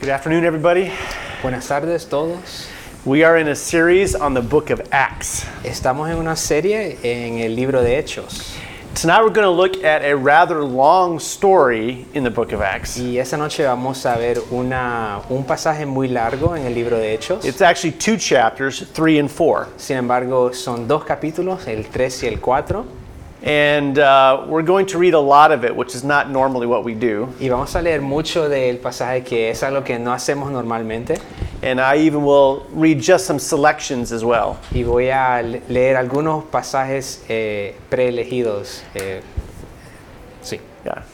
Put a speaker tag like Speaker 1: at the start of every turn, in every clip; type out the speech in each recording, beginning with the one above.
Speaker 1: Good afternoon, everybody.
Speaker 2: Buenas tardes todos.
Speaker 1: We are in a series on the book of Acts.
Speaker 2: Estamos en una serie en el libro de Hechos
Speaker 1: Tonight, we're going to look at a rather long story in the book of Acts.
Speaker 2: y esta noche vamos a ver una, un pasaje muy largo en el libro de Hechos.
Speaker 1: It's actually two chapters, three and four.
Speaker 2: Sin embargo, son dos capítulos, el 3 y el 4,
Speaker 1: And uh, we're going to read a lot of it, which is not normally what we do.
Speaker 2: y vamos a leer mucho del pasaje que es algo que no hacemos normalmente.
Speaker 1: And I even will read just some selections as well.
Speaker 2: Y voy a le- leer algunos pasajes eh, preelegidos. eh, sí.
Speaker 1: Yeah.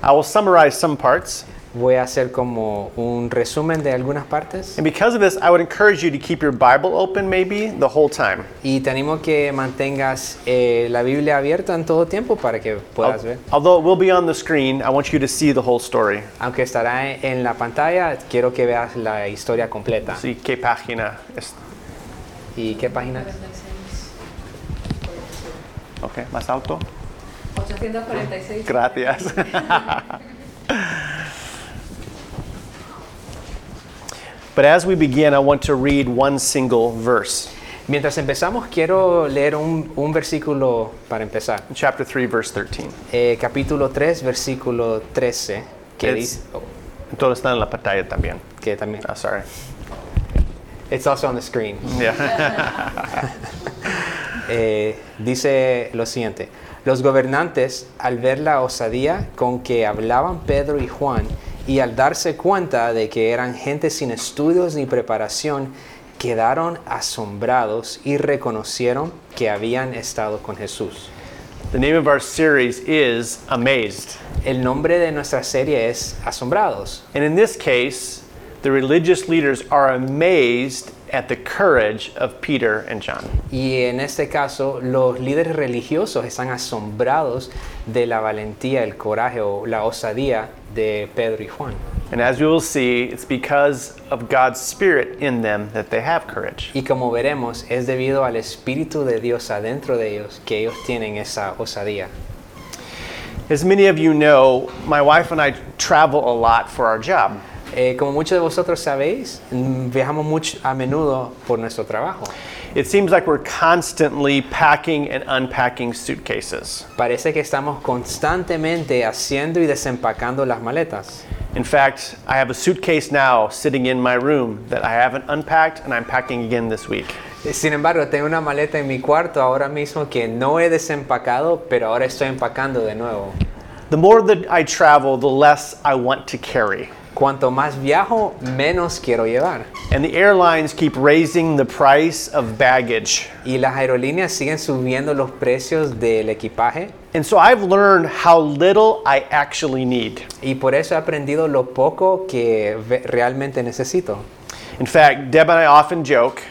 Speaker 1: I will summarize some parts.
Speaker 2: Voy a hacer como un resumen de algunas partes.
Speaker 1: And because of this, I would encourage you to keep your Bible open maybe the whole time.
Speaker 2: Y te animo que mantengas eh, la Biblia abierta en todo tiempo para que puedas ver.
Speaker 1: Although it will be on the screen, I want you to see the whole story.
Speaker 2: Aunque estará en, en la pantalla, quiero que veas la historia completa.
Speaker 1: Sí, qué página es.
Speaker 2: ¿Y qué página?
Speaker 3: 846.
Speaker 1: Ok, más alto.
Speaker 3: 846.
Speaker 1: Gracias. but as we begin, I want to read one single verse.
Speaker 2: Mientras empezamos, quiero leer un, un versículo para empezar.
Speaker 1: Chapter 3, verse 13.
Speaker 2: Eh, capítulo 3, versículo 13, que
Speaker 1: It's-
Speaker 2: dice... oh,
Speaker 1: Todo está en la pantalla también.
Speaker 2: que también...
Speaker 1: Ah, sorry.
Speaker 2: It's also on the screen.
Speaker 1: Yeah.
Speaker 2: Eh, dice lo siguiente. Los gobernantes, al ver la osadía con que hablaban Pedro y Juan, y al darse cuenta de que eran gente sin estudios ni preparación, quedaron asombrados y reconocieron que habían estado con Jesús.
Speaker 1: the name of our series is Amazed.
Speaker 2: El nombre de nuestra serie es Asombrados.
Speaker 1: And in this case, the religious leaders are amazed at the courage of Peter and John.
Speaker 2: Y en este caso, los líderes religiosos están asombrados de la valentía, el coraje o la osadía de Pedro y Juan.
Speaker 1: And as we will see, it's because of God's Spirit in them that they have courage.
Speaker 2: Y como veremos, es debido al Espíritu de Dios adentro de ellos que ellos tienen esa osadía.
Speaker 1: As many of you know, my wife and I travel a lot for our job.
Speaker 2: Eh, como muchos de vosotros sabéis, mm, viajamos mucho a menudo por nuestro trabajo.
Speaker 1: It seems like we're constantly packing and unpacking suitcases.
Speaker 2: Parece que estamos constantemente haciendo y desempacando las maletas.
Speaker 1: In fact, I have a suitcase now sitting in my room that I haven't unpacked and I'm packing again this week.
Speaker 2: Eh, Sin embargo, tengo una maleta en mi cuarto ahora mismo que no he desempacado, pero ahora estoy empacando de nuevo.
Speaker 1: The more that I travel, the less I want to carry.
Speaker 2: Cuanto más viajo, menos quiero llevar.
Speaker 1: And the airlines keep raising the price of baggage.
Speaker 2: Y las aerolíneas siguen subiendo los precios del equipaje
Speaker 1: And so I've learned how little I actually need.
Speaker 2: Y por eso he aprendido lo poco que ve- realmente necesito.
Speaker 1: In fact, Deb and I often joke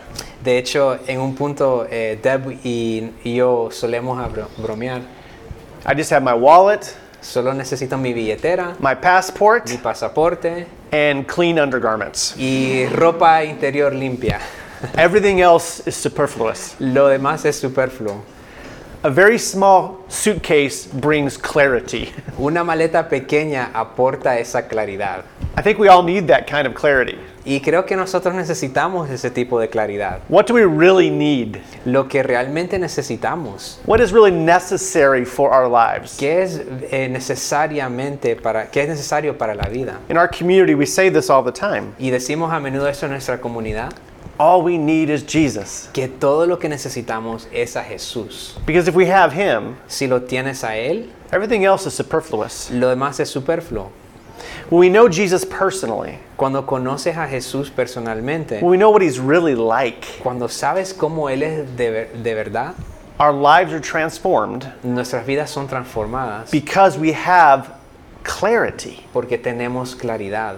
Speaker 2: De hecho, en un punto, eh, Deb y, y yo solemos a bro- bromear.
Speaker 1: I just have my wallet,
Speaker 2: Solo necesito mi billetera,
Speaker 1: my passport,
Speaker 2: mi pasaporte
Speaker 1: and clean undergarments.
Speaker 2: y ropa interior limpia.
Speaker 1: Everything else is superfluous.
Speaker 2: Lo demás es superfluo.
Speaker 1: A very small suitcase brings clarity.
Speaker 2: Una maleta pequeña aporta esa claridad.
Speaker 1: I think we all need that kind of clarity.
Speaker 2: Y creo que nosotros necesitamos ese tipo de claridad.
Speaker 1: What do we really need?
Speaker 2: Lo que realmente necesitamos.
Speaker 1: What is really necessary for our lives?
Speaker 2: ¿Qué es eh, necesariamente para, qué es necesario para la vida?
Speaker 1: In our community, we say this all the time.
Speaker 2: Y decimos a menudo esto en nuestra comunidad,
Speaker 1: All we need is Jesus.
Speaker 2: que todo lo que necesitamos es a Jesús.
Speaker 1: Because if we have Him,
Speaker 2: Si lo tienes a Él,
Speaker 1: everything else is superfluous.
Speaker 2: lo demás es superfluo.
Speaker 1: When we know Jesus personally,
Speaker 2: Cuando conoces a Jesús personalmente,
Speaker 1: when we know what He's really like,
Speaker 2: cuando sabes cómo Él es de, ver- de verdad,
Speaker 1: our lives are transformed
Speaker 2: nuestras vidas son transformadas
Speaker 1: because we have clarity.
Speaker 2: porque tenemos claridad.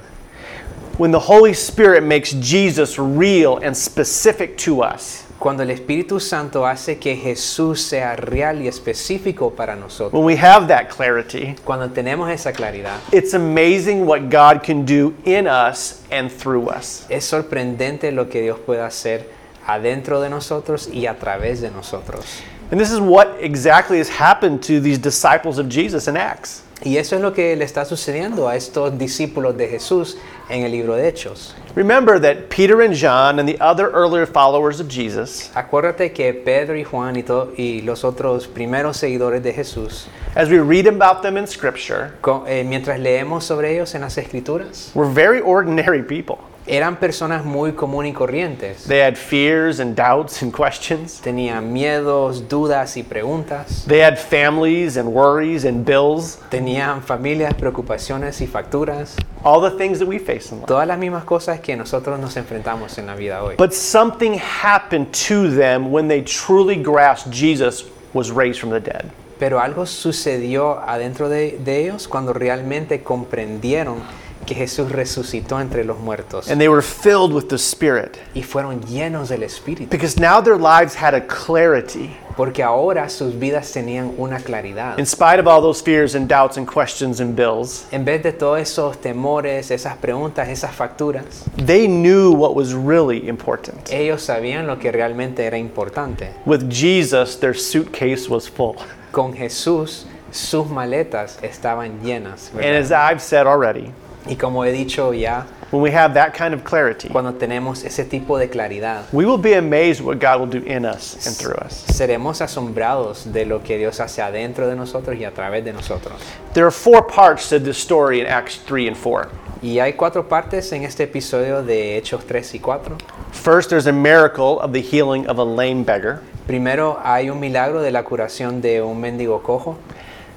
Speaker 1: When the Holy Spirit makes Jesus real and specific to us,
Speaker 2: Cuando el Espíritu Santo hace que Jesús sea real y específico para nosotros,
Speaker 1: when we have that clarity,
Speaker 2: cuando tenemos esa claridad,
Speaker 1: it's amazing what God can do in us and through us.
Speaker 2: es sorprendente lo que Dios puede hacer adentro de nosotros y a través de nosotros.
Speaker 1: And this is what exactly has happened to these disciples of Jesus in Acts.
Speaker 2: Y eso es lo que le está sucediendo a estos discípulos de Jesús en el libro de Hechos.
Speaker 1: Remember that Peter and John and the other earlier followers of Jesus,
Speaker 2: Acuérdate que Pedro y Juan y, to- y los otros primeros seguidores de Jesús,
Speaker 1: as we read about them in Scripture,
Speaker 2: co- eh, mientras leemos sobre ellos en las escrituras,
Speaker 1: were very ordinary people.
Speaker 2: eran personas muy comunes y corrientes.
Speaker 1: They had fears and doubts and questions.
Speaker 2: Tenían miedos, dudas y preguntas.
Speaker 1: They had families and worries and bills,
Speaker 2: Tenían familias, preocupaciones y facturas.
Speaker 1: all the things that we face in life.
Speaker 2: Todas las mismas cosas que nosotros nos enfrentamos en la vida hoy.
Speaker 1: But something happened to them when they truly grasped Jesus was raised from the dead.
Speaker 2: Pero algo sucedió adentro de, de ellos cuando realmente comprendieron que Jesús resucitó entre los muertos
Speaker 1: And they were filled with the Spirit
Speaker 2: y fueron llenos del Espíritu,
Speaker 1: because now their lives had a clarity
Speaker 2: porque ahora sus vidas tenían una claridad.
Speaker 1: in spite of all those fears and doubts and questions and bills.
Speaker 2: En vez de todos esos temores, esas preguntas, esas facturas,
Speaker 1: They knew what was really important.
Speaker 2: ellos sabían lo que realmente era importante.
Speaker 1: With Jesus, their suitcase was full.
Speaker 2: Con Jesús, sus maletas estaban llenas.
Speaker 1: And
Speaker 2: ¿verdad?
Speaker 1: as I've said already,
Speaker 2: Y como he dicho ya,
Speaker 1: when we have that kind of clarity,
Speaker 2: cuando tenemos ese tipo de claridad,
Speaker 1: we will be amazed what God will do in us and through us.
Speaker 2: seremos asombrados de lo que Dios hace adentro de nosotros y a través de nosotros.
Speaker 1: There are four parts to this story in Acts 3 and 4.
Speaker 2: Y hay cuatro partes en este episodio de Hechos 3 y 4.
Speaker 1: First, there's a miracle of the healing of a lame beggar.
Speaker 2: Primero hay un milagro de la curación de un mendigo cojo.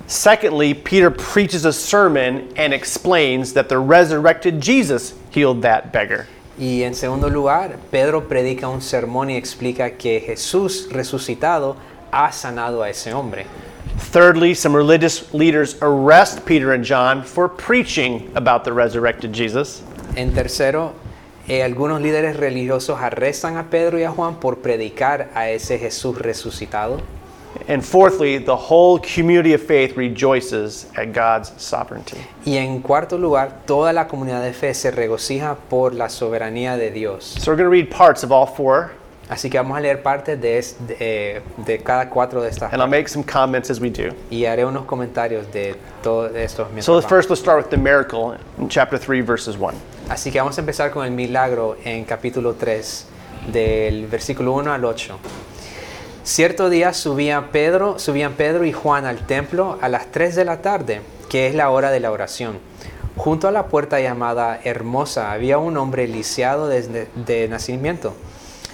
Speaker 1: Secondly, Peter preaches a sermon and explains that the resurrected Jesus healed that beggar.
Speaker 2: Y en segundo lugar, Pedro predica un sermón y explica que Jesús resucitado ha sanado a ese hombre.
Speaker 1: Thirdly, some religious leaders arrest Peter and John for preaching about the resurrected Jesus.
Speaker 2: En tercero, eh, algunos líderes religiosos arrestan a Pedro y a Juan por predicar a ese Jesús resucitado.
Speaker 1: And fourthly, the whole community of faith rejoices at God's sovereignty.
Speaker 2: Y en cuarto lugar, toda la comunidad de fe se regocija por la soberanía de Dios.
Speaker 1: So we're going to read parts of all four,
Speaker 2: Así que vamos a leer partes de, es- de, eh, de cada cuatro de estas
Speaker 1: and I'll make some comments as we do.
Speaker 2: y haré unos comentarios de todos estos mientras
Speaker 1: So
Speaker 2: vamos.
Speaker 1: first, let's start with the miracle in chapter 3, verses 1.
Speaker 2: Así que vamos a empezar con el milagro en capítulo 3, del versículo 1 al 8. Cierto día subían Pedro, subían Pedro y Juan al templo a las 3 de la tarde, que es la hora de la oración. Junto a la puerta llamada Hermosa había un hombre lisiado desde de nacimiento,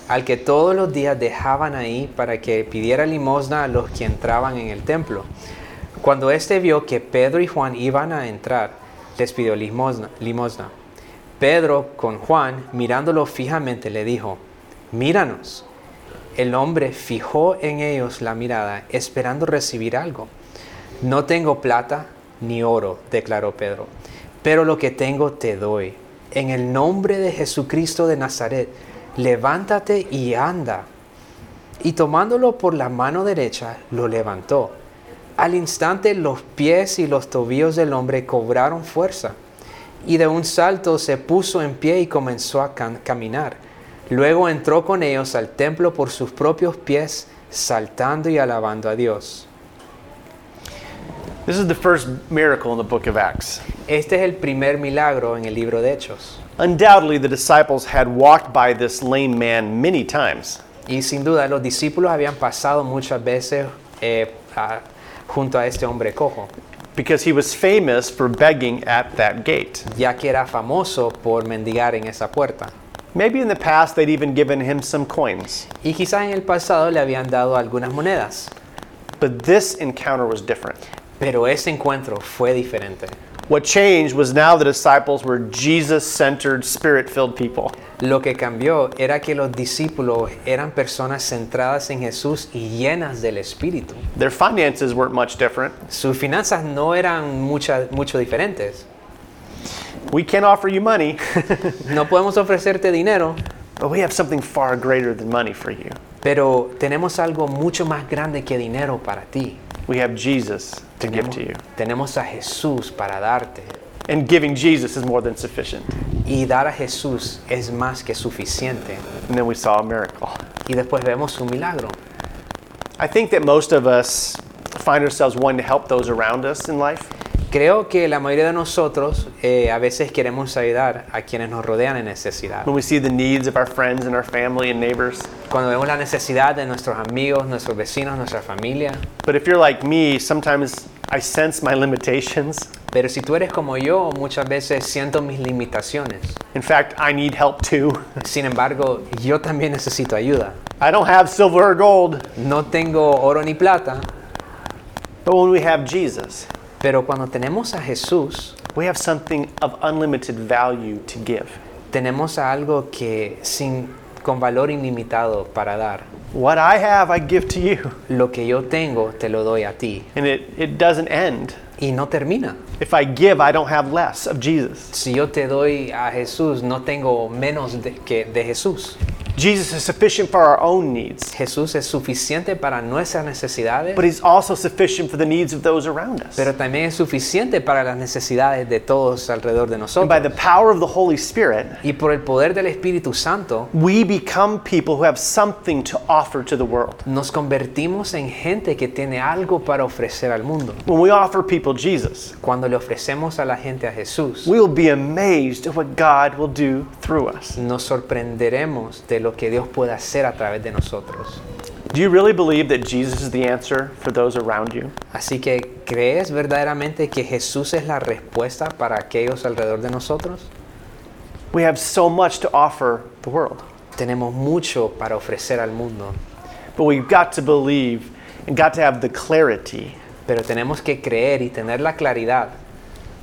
Speaker 2: al que todos los días dejaban ahí para que pidiera limosna a los que entraban en el templo. Cuando éste vio que Pedro y Juan iban a entrar, les pidió limosna. limosna. Pedro con Juan, mirándolo fijamente, le dijo, míranos. El hombre fijó en ellos la mirada, esperando recibir algo. No tengo plata ni oro, declaró Pedro, pero lo que tengo te doy. En el nombre de Jesucristo de Nazaret, levántate y anda. Y tomándolo por la mano derecha, lo levantó. Al instante los pies y los tobillos del hombre cobraron fuerza, y de un salto se puso en pie y comenzó a can- caminar. Luego entró con ellos al templo por sus propios pies, saltando y alabando a Dios.
Speaker 1: This is the first miracle in the book of Acts.
Speaker 2: Este es el primer milagro en el libro de Hechos.
Speaker 1: Undoubtedly, the disciples had walked by this lame man many times,
Speaker 2: Y sin duda los discípulos habían pasado muchas veces eh, a- junto a este hombre cojo.
Speaker 1: because he was famous for begging at that gate.
Speaker 2: ya que era famoso por mendigar en esa puerta.
Speaker 1: Maybe in the past they'd even given him some coins.
Speaker 2: Y quizás en el pasado le habían dado algunas monedas,
Speaker 1: But this encounter was different.
Speaker 2: pero ese encuentro fue diferente.
Speaker 1: What changed was now the disciples were Jesus centered, spirit filled people.
Speaker 2: Lo que cambió era que los discípulos eran personas centradas en Jesús y llenas del Espíritu.
Speaker 1: Their finances weren't much different.
Speaker 2: Sus finanzas no eran muchas mucho diferentes.
Speaker 1: We can't offer you money,
Speaker 2: No podemos ofrecerte dinero,
Speaker 1: but we have something far greater than money for you.
Speaker 2: pero tenemos algo mucho más grande que dinero para ti.
Speaker 1: We have Jesus to give
Speaker 2: Tenemos,
Speaker 1: to you.
Speaker 2: tenemos a Jesús para darte.
Speaker 1: And giving Jesus is more than sufficient.
Speaker 2: Y dar a Jesús es más que suficiente.
Speaker 1: And then we saw a miracle.
Speaker 2: y después vemos un milagro.
Speaker 1: I think that most of us find ourselves wanting to help those around us in life.
Speaker 2: Creo que la mayoría de nosotros eh, a veces queremos ayudar a quienes nos rodean en necesidad.
Speaker 1: When we see the needs of our friends and our family and neighbors.
Speaker 2: Cuando vemos la necesidad de nuestros amigos, nuestros vecinos, nuestra familia.
Speaker 1: But if you're like me, sometimes I sense my limitations.
Speaker 2: Pero si tú eres como yo, muchas veces siento mis limitaciones.
Speaker 1: In fact, I need help too.
Speaker 2: Sin embargo, yo también necesito ayuda.
Speaker 1: I don't have silver or gold.
Speaker 2: No tengo oro ni plata,
Speaker 1: But when we have Jesus,
Speaker 2: pero cuando tenemos a Jesús,
Speaker 1: we have something of unlimited value to give.
Speaker 2: tenemos a algo que sin con valor ilimitado para dar.
Speaker 1: What I have, I give to you.
Speaker 2: Lo que yo tengo te lo doy a ti
Speaker 1: And it, it doesn't end.
Speaker 2: y no termina.
Speaker 1: If I give, I don't have less of Jesus.
Speaker 2: Si yo te doy a Jesús, no tengo menos de, que de Jesús.
Speaker 1: Jesus is sufficient for our own needs,
Speaker 2: Jesús es suficiente para nuestras necesidades,
Speaker 1: but he's also sufficient for the needs of those around us.
Speaker 2: pero también es suficiente para las necesidades de todos alrededor de
Speaker 1: And by
Speaker 2: nosotros.
Speaker 1: the power of the Holy Spirit,
Speaker 2: Y por el poder del Espíritu Santo,
Speaker 1: we become people who have something to offer to the world.
Speaker 2: nos convertimos en gente que tiene algo para ofrecer al mundo.
Speaker 1: When we offer people Jesus,
Speaker 2: Cuando le ofrecemos a la gente a Jesús,
Speaker 1: we will be amazed at what God will do through us.
Speaker 2: nos sorprenderemos de lo que Dios puede hacer a través de nosotros.
Speaker 1: Do you really believe that Jesus is the answer for those around you?
Speaker 2: Así que, ¿crees verdaderamente que Jesús es la respuesta para aquellos alrededor de nosotros?
Speaker 1: We have so much to offer the world,
Speaker 2: Tenemos mucho para ofrecer al mundo,
Speaker 1: but we've got to believe and got to have the clarity
Speaker 2: pero tenemos que creer y tener la claridad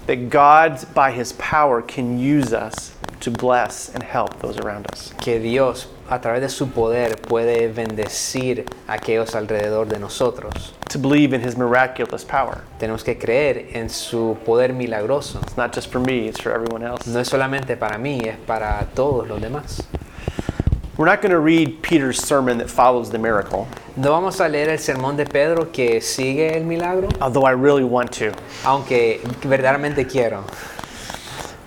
Speaker 1: that God, by His power, can use us to bless and help those around us.
Speaker 2: que Dios, a través de su poder, puede bendecir a aquellos alrededor de nosotros.
Speaker 1: To believe in His miraculous power.
Speaker 2: Tenemos que creer en su poder milagroso.
Speaker 1: It's not just for me, it's for everyone else.
Speaker 2: No es solamente para mí, es para todos los demás.
Speaker 1: We're not going to read Peter's sermon that follows the miracle,
Speaker 2: No vamos a leer el sermón de Pedro que sigue el milagro,
Speaker 1: although I really want to.
Speaker 2: aunque verdaderamente quiero.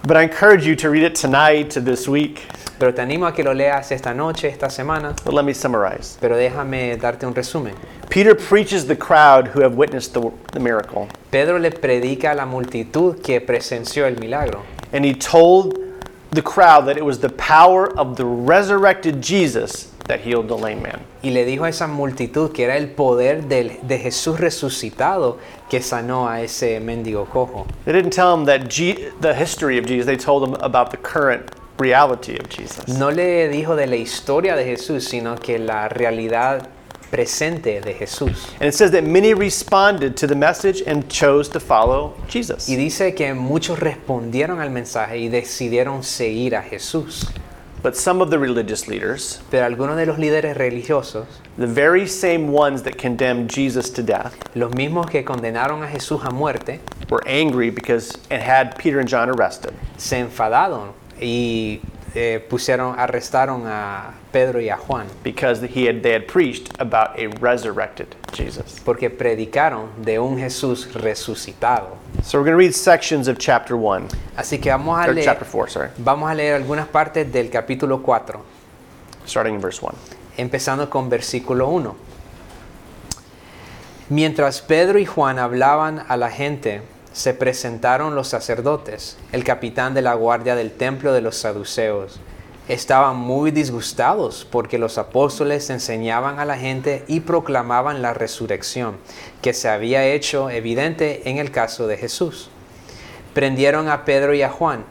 Speaker 1: But I encourage you to read it tonight to this week.
Speaker 2: Pero te animo a que lo leas esta noche, esta semana.
Speaker 1: But let me summarize.
Speaker 2: Pero déjame darte un resumen.
Speaker 1: Peter preaches the crowd who have witnessed the, the miracle,
Speaker 2: Pedro le predica a la multitud que presenció el milagro.
Speaker 1: and he told the crowd that it was the power of the resurrected Jesus that healed the lame man.
Speaker 2: Y le dijo a esa multitud que era el poder del- de Jesús resucitado que sanó a ese mendigo cojo.
Speaker 1: They didn't tell him that Je- the history of Jesus. They told him about the current reality of Jesus.
Speaker 2: No le dijo de la historia de Jesús, sino que la realidad presente de Jesús.
Speaker 1: And it says that many responded to the message and chose to follow Jesus.
Speaker 2: Y dice que muchos respondieron al mensaje y decidieron seguir a Jesús.
Speaker 1: But some of the religious leaders,
Speaker 2: Pero algunos de los líderes religiosos,
Speaker 1: the very same ones that condemned Jesus to death,
Speaker 2: los mismos que condenaron a Jesús a muerte,
Speaker 1: were angry because and had Peter and John arrested.
Speaker 2: se enfadaron y eh, pusieron, arrestaron a Pedro y a Juan
Speaker 1: because he had, they had preached about a resurrected Jesus.
Speaker 2: porque predicaron de un Jesús resucitado.
Speaker 1: So we're going to read sections of chapter 1,
Speaker 2: Así que vamos a
Speaker 1: or
Speaker 2: leer,
Speaker 1: chapter 4, sorry,
Speaker 2: vamos a leer algunas partes del capítulo 4.
Speaker 1: starting in verse 1.
Speaker 2: empezando con versículo 1. Mientras Pedro y Juan hablaban a la gente, se presentaron los sacerdotes, el capitán de la guardia del templo de los saduceos. Estaban muy disgustados porque los apóstoles enseñaban a la gente y proclamaban la resurrección, que se había hecho evidente en el caso de Jesús prendieron a Pedro y a Juan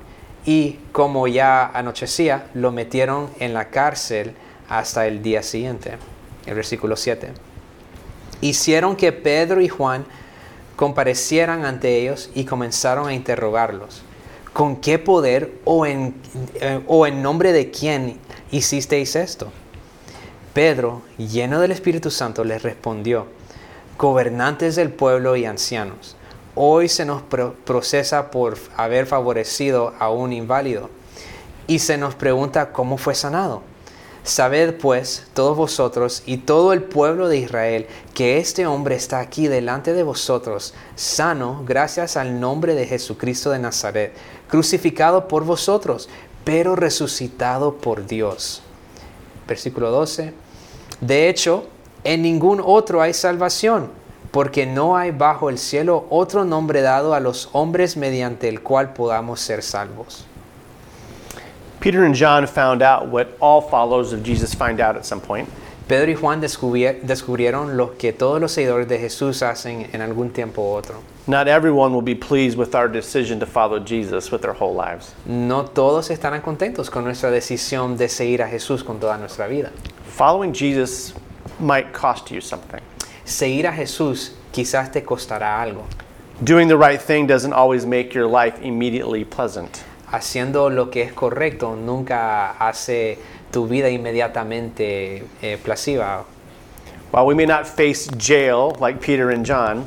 Speaker 2: y como ya anochecía, lo metieron en la cárcel hasta el día siguiente. El versículo 7. Hicieron que Pedro y Juan comparecieran ante ellos y comenzaron a interrogarlos. ¿Con qué poder o en, eh, o en nombre de quién hicisteis esto? Pedro, lleno del Espíritu Santo, les respondió, gobernantes del pueblo y ancianos, hoy se nos pro- procesa por haber favorecido a un inválido y se nos pregunta cómo fue sanado. Sabed pues, todos vosotros y todo el pueblo de Israel, que este hombre está aquí delante de vosotros, sano gracias al nombre de Jesucristo de Nazaret, crucificado por vosotros, pero resucitado por Dios versículo 12. De hecho, en ningún otro hay salvación, porque no hay bajo el cielo otro nombre dado a los hombres mediante el cual podamos ser salvos.
Speaker 1: Peter and John found out what all followers of Jesus find out at some point.
Speaker 2: Pedro y Juan descubier- descubrieron lo que todos los seguidores de Jesús hacen en algún tiempo u otro.
Speaker 1: Not everyone will be pleased with our decision to follow Jesus with their whole lives.
Speaker 2: No todos estarán contentos con nuestra decisión de seguir a Jesús con toda nuestra vida.
Speaker 1: Following Jesus might cost you something.
Speaker 2: Seguir a Jesús quizás te costará algo.
Speaker 1: Doing the right thing doesn't always make your life immediately pleasant.
Speaker 2: Haciendo lo que es correcto nunca hace tu vida inmediatamente eh, placiva.
Speaker 1: While we may not face jail like Peter and John,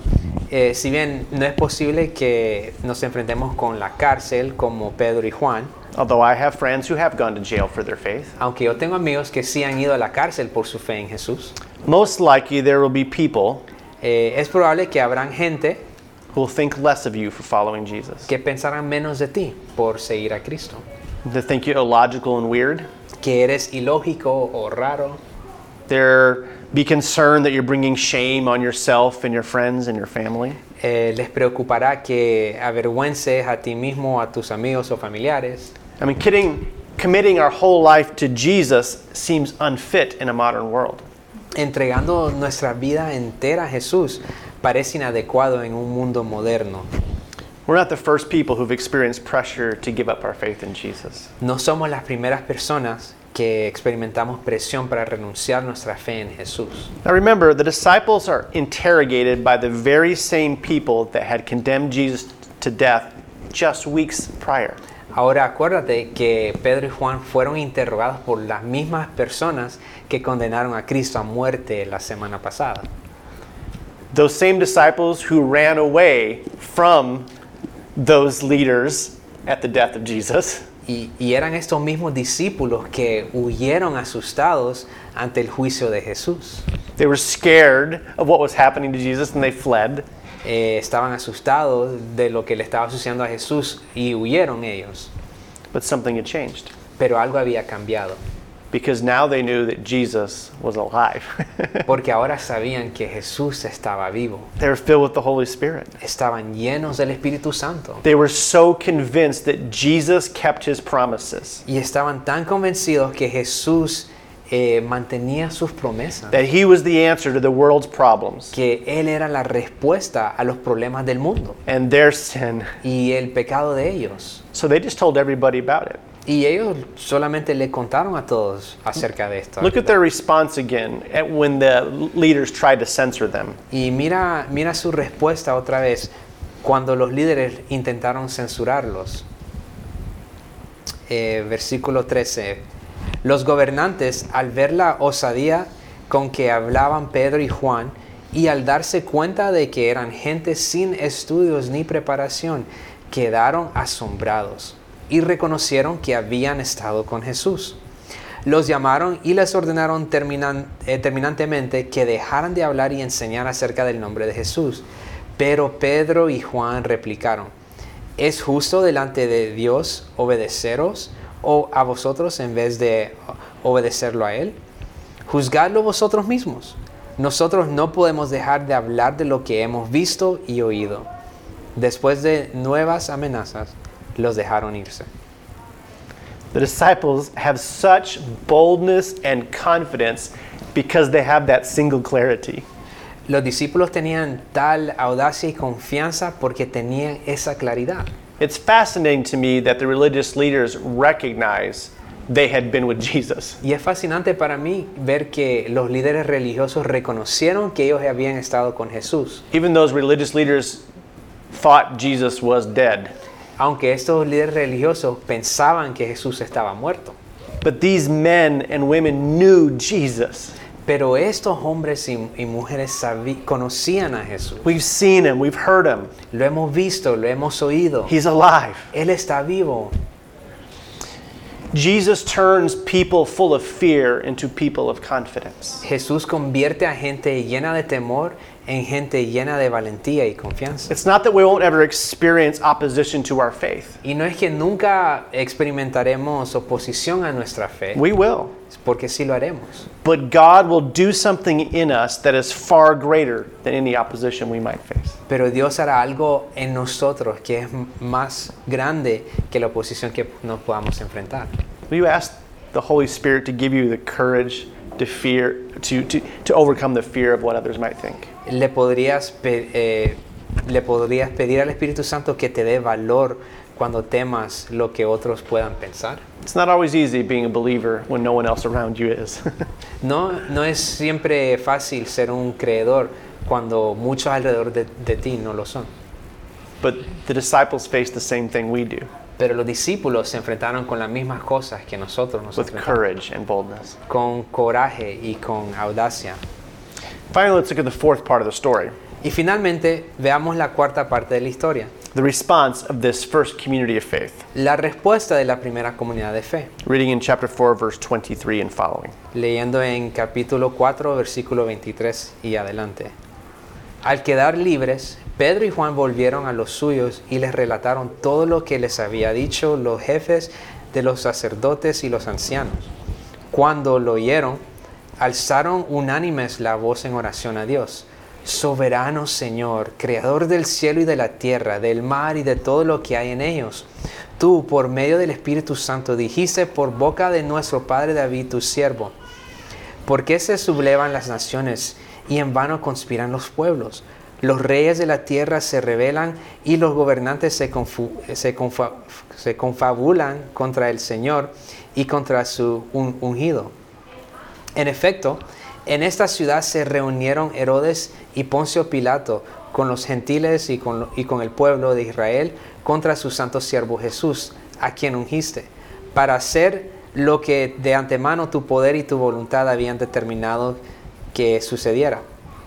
Speaker 2: Eh, si bien no es posible que nos enfrentemos con la cárcel como Pedro y Juan,
Speaker 1: although I have friends who have gone to jail for their faith,
Speaker 2: aunque yo tengo amigos que sí han ido a la cárcel por su fe en Jesús,
Speaker 1: most likely there will be people
Speaker 2: eh, es probable que habrán gente
Speaker 1: who will think less of you for following Jesus.
Speaker 2: que pensarán menos de ti por seguir a Cristo,
Speaker 1: They think you illogical and weird.
Speaker 2: que eres ilógico o raro,
Speaker 1: They're be concerned that you're bringing shame on yourself and your friends and your family.
Speaker 2: eh, les preocupará que avergüences a ti mismo, a tus amigos o familiares.
Speaker 1: I mean, kidding, committing our whole life to Jesus seems unfit in a modern world.
Speaker 2: Entregando nuestra vida entera a Jesús parece inadecuado en un mundo moderno.
Speaker 1: We're not the first people who've experienced pressure to give up our faith in Jesus.
Speaker 2: No somos las primeras personas que experimentamos presión para renunciar nuestra fe en Jesús.
Speaker 1: Now remember, the disciples are interrogated by the very same people that had condemned Jesus to death just weeks prior.
Speaker 2: Ahora acuérdate que Pedro y Juan fueron interrogados por las mismas personas que condenaron a Cristo a muerte la semana pasada.
Speaker 1: Those same disciples who ran away from those leaders at the death of Jesus.
Speaker 2: Y, y eran estos mismos discípulos que huyeron asustados ante el juicio de Jesús.
Speaker 1: They were scared of what was happening to Jesus and they fled.
Speaker 2: Eh, estaban asustados de lo que le estaba sucediendo a Jesús y huyeron ellos.
Speaker 1: But something had changed
Speaker 2: Pero algo había cambiado,
Speaker 1: because now they knew that Jesus was alive.
Speaker 2: porque ahora sabían que Jesús estaba vivo.
Speaker 1: they were filled with the Holy Spirit.
Speaker 2: Estaban llenos del Espíritu Santo.
Speaker 1: They were so convinced that Jesus kept his promises,
Speaker 2: Y estaban tan convencidos que Jesús eh, mantenía sus promesas,
Speaker 1: that he was the answer to the world's problems
Speaker 2: que Él era la respuesta a los problemas del mundo
Speaker 1: and their sin.
Speaker 2: y el pecado de ellos.
Speaker 1: So they just told everybody about it.
Speaker 2: Y ellos solamente le contaron a todos acerca de esto.
Speaker 1: Look at their response again at when the leaders tried to censor them.
Speaker 2: Y mira, mira su respuesta otra vez cuando los líderes intentaron censurarlos. Eh, versículo 13. Los gobernantes, al ver la osadía con que hablaban Pedro y Juan, y al darse cuenta de que eran gente sin estudios ni preparación, quedaron asombrados y reconocieron que habían estado con Jesús. Los llamaron y les ordenaron terminan- eh, terminantemente que dejaran de hablar y enseñar acerca del nombre de Jesús. Pero Pedro y Juan replicaron, ¿es justo delante de Dios obedeceros o a vosotros en vez de obedecerlo a Él? Juzgadlo vosotros mismos. Nosotros no podemos dejar de hablar de lo que hemos visto y oído. Después de nuevas amenazas, los dejaron irse.
Speaker 1: The disciples have such boldness and confidence because they have that single clarity.
Speaker 2: Los discípulos tenían tal audacia y confianza porque tenían esa claridad.
Speaker 1: It's fascinating to me that the religious leaders recognize they had been with Jesus.
Speaker 2: Y es fascinante para mí ver que los líderes religiosos reconocieron que ellos habían estado con Jesús.
Speaker 1: Even those religious leaders thought Jesus was dead.
Speaker 2: Aunque estos líderes religiosos pensaban que Jesús estaba muerto.
Speaker 1: But these men and women knew Jesus.
Speaker 2: Pero estos hombres y, y mujeres sabi- conocían a Jesús.
Speaker 1: We've seen him, we've heard him.
Speaker 2: Lo hemos visto, lo hemos oído.
Speaker 1: He's alive.
Speaker 2: Él está vivo.
Speaker 1: Jesus turns people full of fear into people of confidence.
Speaker 2: Jesús convierte a gente llena de temor en gente llena de valentía y confianza.
Speaker 1: It's not that we won't ever experience opposition to our faith.
Speaker 2: Y no es que nunca experimentaremos oposición a nuestra fe,
Speaker 1: We will.
Speaker 2: es porque sí lo haremos.
Speaker 1: But God will do something in us that is far greater than any opposition we might face.
Speaker 2: Pero Dios hará algo en nosotros que es m- más grande que la oposición que nos podamos enfrentar.
Speaker 1: Will you ask the Holy Spirit to give you the courage to fear, to, to, to overcome the fear of what others might think?
Speaker 2: Le podrías, pe- eh, le podrías pedir al Espíritu Santo que te dé valor cuando temas lo que otros puedan pensar.
Speaker 1: It's not always easy being a believer when no one else around you is.
Speaker 2: No, no es siempre fácil ser un creedor cuando muchos alrededor de, de ti no lo son.
Speaker 1: but the disciples faced the same thing we do
Speaker 2: Pero los discípulos se enfrentaron con las mismas cosas que nosotros nos
Speaker 1: with
Speaker 2: enfrentamos,
Speaker 1: courage and boldness.
Speaker 2: con coraje y con audacia.
Speaker 1: Finally, let's look at the fourth part of the story
Speaker 2: Y finalmente, veamos la cuarta parte de la historia,
Speaker 1: the response of this first community of faith.
Speaker 2: la respuesta de la primera comunidad de fe,
Speaker 1: Reading in chapter 4, verse 23 and following.
Speaker 2: leyendo en capítulo 4, versículo 23 y adelante. Al quedar libres, Pedro y Juan volvieron a los suyos y les relataron todo lo que les había dicho los jefes de los sacerdotes y los ancianos. Cuando lo oyeron, alzaron unánimes la voz en oración a Dios. Soberano Señor, Creador del cielo y de la tierra, del mar y de todo lo que hay en ellos. Tú, por medio del Espíritu Santo, dijiste por boca de nuestro Padre David, tu siervo. ¿Por qué se sublevan las naciones y en vano conspiran los pueblos? Los reyes de la tierra se rebelan y los gobernantes se, confu- se confa- se confabulan contra el Señor y contra su un- ungido. En efecto, en esta ciudad se reunieron Herodes y Poncio Pilato con los gentiles y con, lo- y con el pueblo de Israel contra su santo siervo Jesús, a quien ungiste, para hacer lo que de antemano tu poder y tu voluntad habían determinado que sucediera.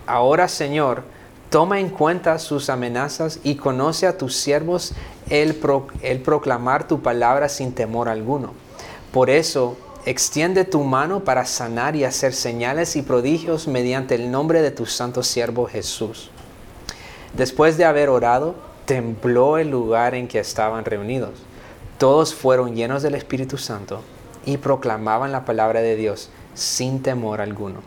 Speaker 2: Ahora, Señor, toma en cuenta sus amenazas y conoce a tus siervos el, pro- el proclamar tu palabra sin temor alguno. Por eso, extiende tu mano para sanar y hacer señales y prodigios mediante el nombre de tu santo siervo Jesús. Después de haber orado, tembló el lugar en que estaban reunidos. Todos fueron llenos del Espíritu Santo y proclamaban la palabra de Dios sin temor alguno.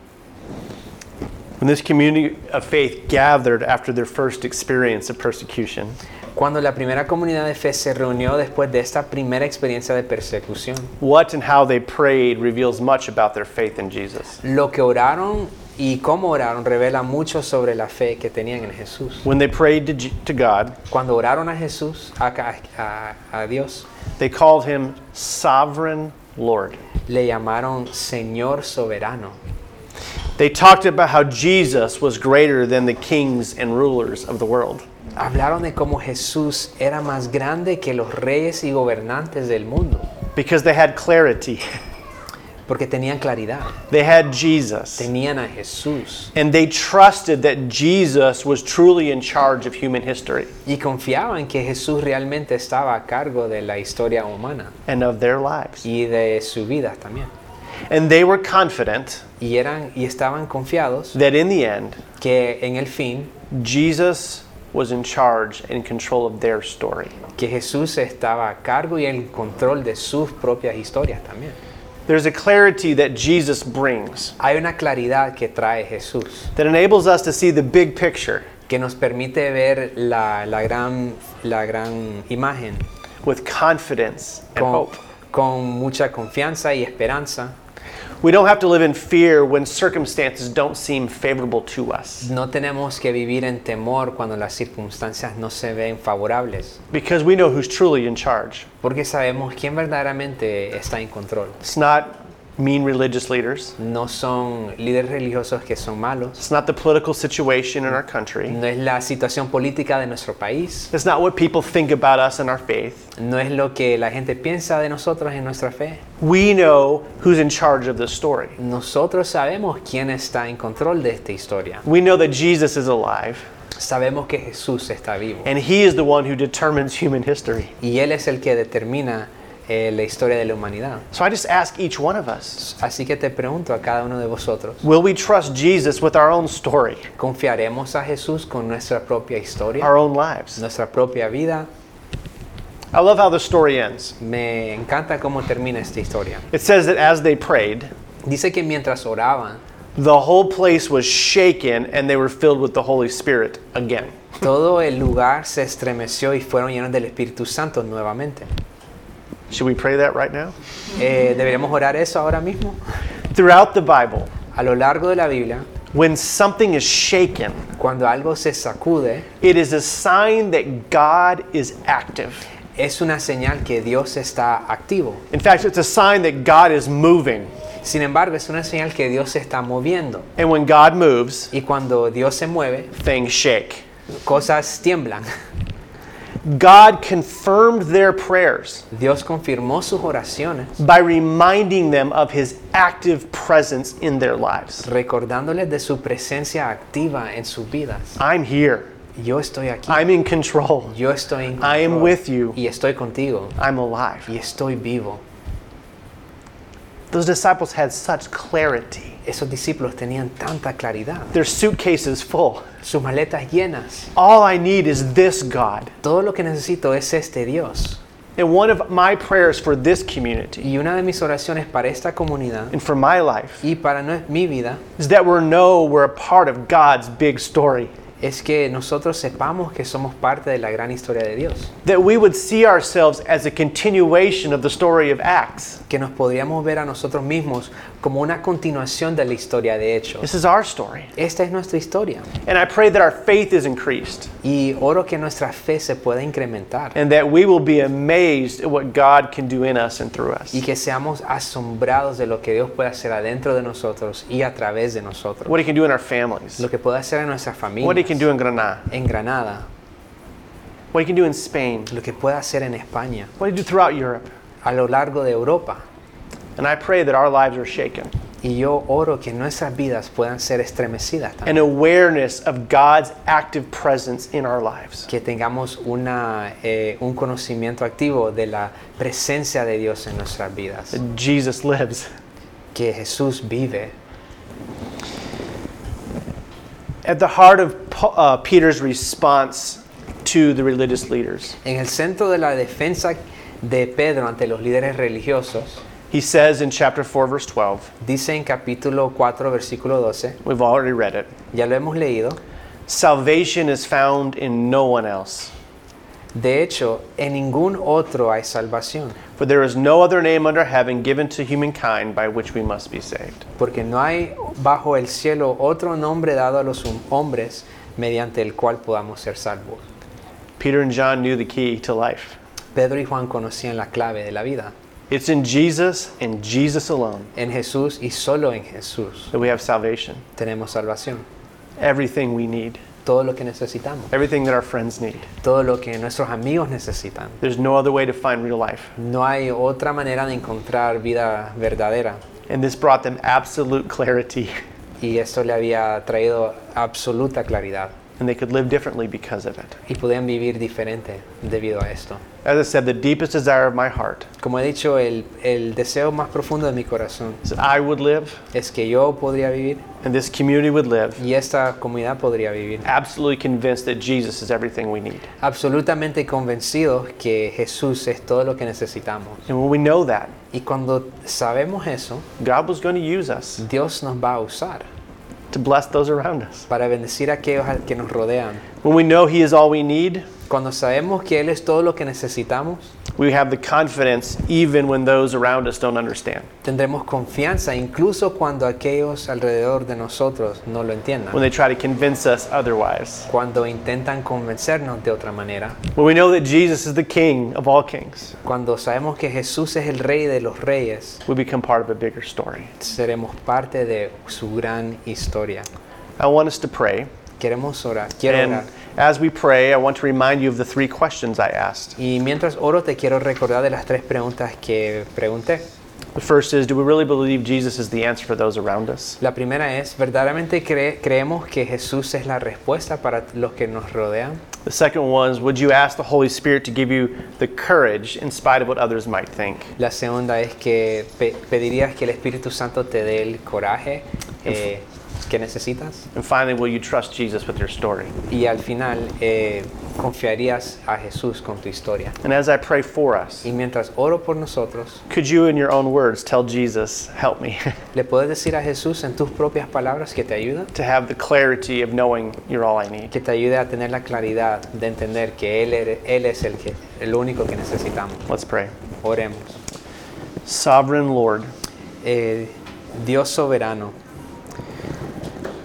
Speaker 1: When this community of faith gathered after their first experience of persecution,
Speaker 2: Cuando la primera comunidad de fe se reunió después de esta primera experiencia de persecución,
Speaker 1: what and how they prayed reveals much about their faith in Jesus.
Speaker 2: lo que oraron y cómo oraron revela mucho sobre la fe que tenían en Jesús.
Speaker 1: When they prayed to, J- to God,
Speaker 2: Cuando oraron a Jesús, a, a- a Dios,
Speaker 1: they called him Sovereign Lord.
Speaker 2: le llamaron Señor soberano.
Speaker 1: They talked about how Jesus was greater than the kings and rulers of the world.
Speaker 2: Hablaron de cómo Jesús era más grande que los reyes y gobernantes del mundo,
Speaker 1: Because they had clarity.
Speaker 2: porque tenían claridad,
Speaker 1: They had Jesus.
Speaker 2: tenían a Jesús
Speaker 1: And they trusted that Jesus was truly in charge of human history
Speaker 2: y confiaban que Jesús realmente estaba a cargo de la historia humana
Speaker 1: and of their lives.
Speaker 2: y de su vida también.
Speaker 1: And they were confident
Speaker 2: Y eran y estaban confiados
Speaker 1: that in the end,
Speaker 2: que en el fin
Speaker 1: Jesus was in charge and in control of their story.
Speaker 2: que Jesús estaba a cargo y en control de sus propias historias también.
Speaker 1: There's a clarity that Jesus brings
Speaker 2: Hay una claridad que trae Jesús
Speaker 1: that enables us to see the big picture
Speaker 2: que nos permite ver la, la gran, la gran imagen
Speaker 1: with confidence and
Speaker 2: con,
Speaker 1: hope.
Speaker 2: con mucha confianza y esperanza.
Speaker 1: We don't have to live in fear when circumstances don't seem favorable to us
Speaker 2: No tenemos que vivir en temor cuando las circunstancias no se ven favorables,
Speaker 1: because we know who's truly in charge.
Speaker 2: porque sabemos quién verdaderamente está en control.
Speaker 1: It's not mean religious leaders,
Speaker 2: No son líderes religiosos que son malos,
Speaker 1: it's not the political situation in our country.
Speaker 2: no es la situación política de nuestro país,
Speaker 1: It's not what people think about us and our faith.
Speaker 2: no es lo que la gente piensa de nosotros en nuestra fe.
Speaker 1: We know who's in charge of this story.
Speaker 2: Nosotros sabemos quién está en control de esta historia.
Speaker 1: We know that Jesus is alive,
Speaker 2: Sabemos que Jesús está vivo
Speaker 1: and He is the one who determines human history.
Speaker 2: y Él es el que determina eh, la historia de la humanidad.
Speaker 1: So I just ask each one of us
Speaker 2: Así que te pregunto a cada uno de vosotros,
Speaker 1: will we trust Jesus with our own story,
Speaker 2: ¿confiaremos a Jesús con nuestra propia historia,
Speaker 1: our own lives?
Speaker 2: nuestra propia vida?
Speaker 1: I love how the story ends.
Speaker 2: Me encanta cómo termina esta historia.
Speaker 1: It says that as they prayed,
Speaker 2: Dice que mientras oraban,
Speaker 1: the whole place was shaken and they were filled with the Holy Spirit again.
Speaker 2: todo el lugar se estremeció y fueron llenos del Espíritu Santo nuevamente.
Speaker 1: Should we pray that right now?
Speaker 2: Eh, ¿Deberíamos orar eso ahora mismo?
Speaker 1: Throughout the Bible,
Speaker 2: A lo largo de la Biblia,
Speaker 1: when something is shaken,
Speaker 2: cuando algo se sacude,
Speaker 1: it is a sign that God is active.
Speaker 2: es una señal que Dios está activo.
Speaker 1: In fact, it's a sign that God is moving.
Speaker 2: Sin embargo, es una señal que Dios se está moviendo.
Speaker 1: And when God moves,
Speaker 2: Y cuando Dios se mueve,
Speaker 1: things shake.
Speaker 2: cosas tiemblan.
Speaker 1: God confirmed their prayers
Speaker 2: Dios confirmó sus oraciones,
Speaker 1: by reminding them of his active presence in their lives.
Speaker 2: recordándoles de su presencia activa en sus vidas.
Speaker 1: I'm here.
Speaker 2: Yo estoy aquí.
Speaker 1: I'm in control.
Speaker 2: Yo estoy en
Speaker 1: I am
Speaker 2: control.
Speaker 1: with you.
Speaker 2: Y estoy contigo.
Speaker 1: I'm alive.
Speaker 2: Y estoy vivo.
Speaker 1: Those disciples had such clarity.
Speaker 2: Esos discípulos tenían tanta claridad.
Speaker 1: Their suitcases full.
Speaker 2: Sus maletas llenas.
Speaker 1: All I need is this God.
Speaker 2: Todo lo que necesito es este Dios.
Speaker 1: And one of my prayers for this community
Speaker 2: Y una de mis oraciones para esta comunidad
Speaker 1: and for my life
Speaker 2: y para nue- mi vida
Speaker 1: is that we know we're a part of God's big story.
Speaker 2: es que nosotros sepamos que somos parte de la gran historia de Dios.
Speaker 1: That we would see ourselves as a continuation of the story of Acts.
Speaker 2: Que nos podríamos ver a nosotros mismos como una continuación de la historia de Hechos.
Speaker 1: This is our story.
Speaker 2: Esta es nuestra historia.
Speaker 1: And I pray that our faith is increased
Speaker 2: Y oro que nuestra fe se pueda incrementar
Speaker 1: and that we will be amazed at what God can do in us and through us.
Speaker 2: y que seamos asombrados de lo que Dios puede hacer adentro de nosotros y a través de nosotros.
Speaker 1: What He can do in our families,
Speaker 2: Lo que puede hacer en nuestra
Speaker 1: what He can
Speaker 2: familia,
Speaker 1: do in Granada,
Speaker 2: en Granada,
Speaker 1: what He can do in Spain,
Speaker 2: lo que puede hacer en España,
Speaker 1: what He can do throughout Europe.
Speaker 2: a lo largo de Europa.
Speaker 1: And I pray that our lives are shaken.
Speaker 2: Y yo oro que nuestras vidas puedan ser estremecidas también.
Speaker 1: An awareness of God's active presence in our lives.
Speaker 2: que tengamos una, eh, un conocimiento activo de la presencia de Dios en nuestras vidas,
Speaker 1: That Jesus lives.
Speaker 2: que Jesús vive.
Speaker 1: At the heart of Pa- uh, Peter's response to the religious leaders,
Speaker 2: En el centro de la defensa de Pedro ante los líderes religiosos,
Speaker 1: he says in chapter 4, verse 12,
Speaker 2: dice en capítulo 4, versículo 12,
Speaker 1: we've already read it
Speaker 2: ya lo hemos leído,
Speaker 1: Salvation is found in no one else,
Speaker 2: de hecho, en ningún otro hay salvación,
Speaker 1: for there is no other name under heaven given to humankind by which we must be saved.
Speaker 2: porque no hay bajo el cielo otro nombre dado a los hum- hombres mediante el cual podamos ser salvos.
Speaker 1: Peter and John knew the key to life.
Speaker 2: Pedro y Juan conocían la clave de la vida,
Speaker 1: It's in Jesus and Jesus alone
Speaker 2: en Jesús y solo en Jesús.
Speaker 1: that we have salvation.
Speaker 2: tenemos salvación.
Speaker 1: Everything we need,
Speaker 2: Todo lo que necesitamos,
Speaker 1: everything that our friends need.
Speaker 2: todo lo que nuestros amigos necesitan.
Speaker 1: There's no other way to find real life.
Speaker 2: No hay otra manera de encontrar vida verdadera.
Speaker 1: And this brought them absolute clarity,
Speaker 2: Y esto le había traído absoluta claridad.
Speaker 1: and they could live differently because of it.
Speaker 2: Y podían vivir diferente debido a esto.
Speaker 1: As I said, the deepest desire of my heart
Speaker 2: Como he dicho, el, el deseo más profundo de mi corazón
Speaker 1: is that I would live
Speaker 2: es que yo podría vivir
Speaker 1: and this community would live
Speaker 2: y esta comunidad podría vivir.
Speaker 1: absolutely convinced that Jesus is everything we need.
Speaker 2: Absolutamente convencidos que Jesús es todo lo que necesitamos.
Speaker 1: And when we know that,
Speaker 2: Y cuando sabemos eso,
Speaker 1: God was going to use us
Speaker 2: Dios nos va a usar
Speaker 1: to bless those around us.
Speaker 2: para bendecir a aquellos al que nos rodean.
Speaker 1: When we know He is all we need,
Speaker 2: Cuando sabemos que Él es todo lo que necesitamos,
Speaker 1: we have the confidence even when those around us don't understand.
Speaker 2: tendremos confianza incluso cuando aquellos alrededor de nosotros no lo
Speaker 1: When
Speaker 2: entiendan.
Speaker 1: they try to convince us otherwise.
Speaker 2: Cuando intentan convencernos de otra manera.
Speaker 1: When we know that Jesus is the King of all kings,
Speaker 2: Cuando sabemos que Jesús es el Rey de los Reyes,
Speaker 1: we become part of a bigger story.
Speaker 2: seremos parte de su gran historia.
Speaker 1: I want us to pray.
Speaker 2: Queremos orar, quiero
Speaker 1: And
Speaker 2: orar.
Speaker 1: as we pray, I want to remind you of the three questions I asked.
Speaker 2: Y mientras oro te quiero recordar de las tres preguntas que pregunté.
Speaker 1: The first is do we really believe Jesus is the answer for those around us?
Speaker 2: La primera es, ¿verdaderamente cre- creemos que Jesús es la respuesta para los que nos rodean?
Speaker 1: The second one is would you ask the Holy Spirit to give you the courage in spite of what others might think?
Speaker 2: La segunda es que pe- pedirías que el Espíritu Santo te dé el coraje eh, que necesitas.
Speaker 1: And finally, will you trust Jesus with your story?
Speaker 2: Y al final eh, confiarías a Jesús con tu historia.
Speaker 1: And as I pray for us,
Speaker 2: Y mientras oro por nosotros,
Speaker 1: could you, in your own words, tell Jesus, help me
Speaker 2: ¿le puedes decir a Jesús en tus propias palabras que te ayuda?
Speaker 1: to have the clarity of knowing you're all I need?
Speaker 2: Que te ayude a tener la claridad de entender que Él, er- él es el, que, el único que necesitamos.
Speaker 1: Let's pray.
Speaker 2: Oremos.
Speaker 1: Sovereign Lord,
Speaker 2: Eh, Dios soberano,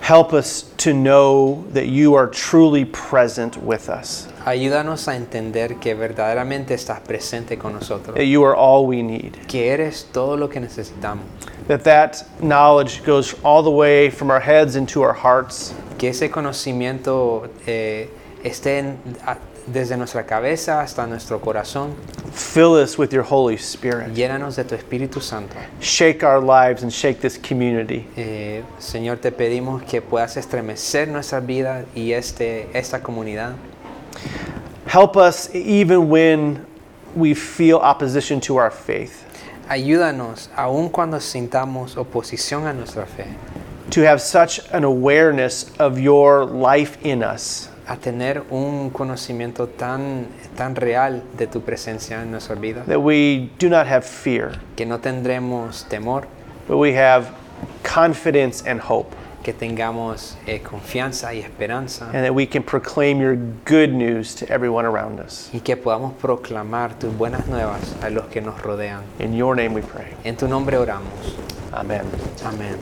Speaker 1: help us to know that you are truly present with us,
Speaker 2: ayúdanos a entender que verdaderamente estás presente con nosotros.
Speaker 1: that you are all we need.
Speaker 2: que eres todo lo que necesitamos.
Speaker 1: that that knowledge goes all the way from our heads into our hearts
Speaker 2: Que ese conocimiento eh, esté en- a- desde nuestra cabeza hasta nuestro corazón.
Speaker 1: fill us with your holy spirit
Speaker 2: Llénanos de tu Espíritu Santo.
Speaker 1: shake our lives and shake this community
Speaker 2: Eh, Señor, te pedimos que puedas estremecer nuestra vida y este, esta comunidad.
Speaker 1: help us even when we feel opposition to our faith
Speaker 2: Ayúdanos, aun cuando sintamos oposición a nuestra fe,
Speaker 1: to have such an awareness of your life in us
Speaker 2: a tener un conocimiento tan, tan real de tu presencia en nuestra vida,
Speaker 1: that we do not have fear
Speaker 2: que no tendremos temor,
Speaker 1: but we have confidence and hope
Speaker 2: que tengamos eh, confianza y esperanza
Speaker 1: and that we can proclaim your good news to everyone around us
Speaker 2: y que podamos proclamar tus buenas nuevas a los que nos rodean.
Speaker 1: in your name we pray
Speaker 2: En tu nombre oramos.
Speaker 1: amen
Speaker 2: Amén.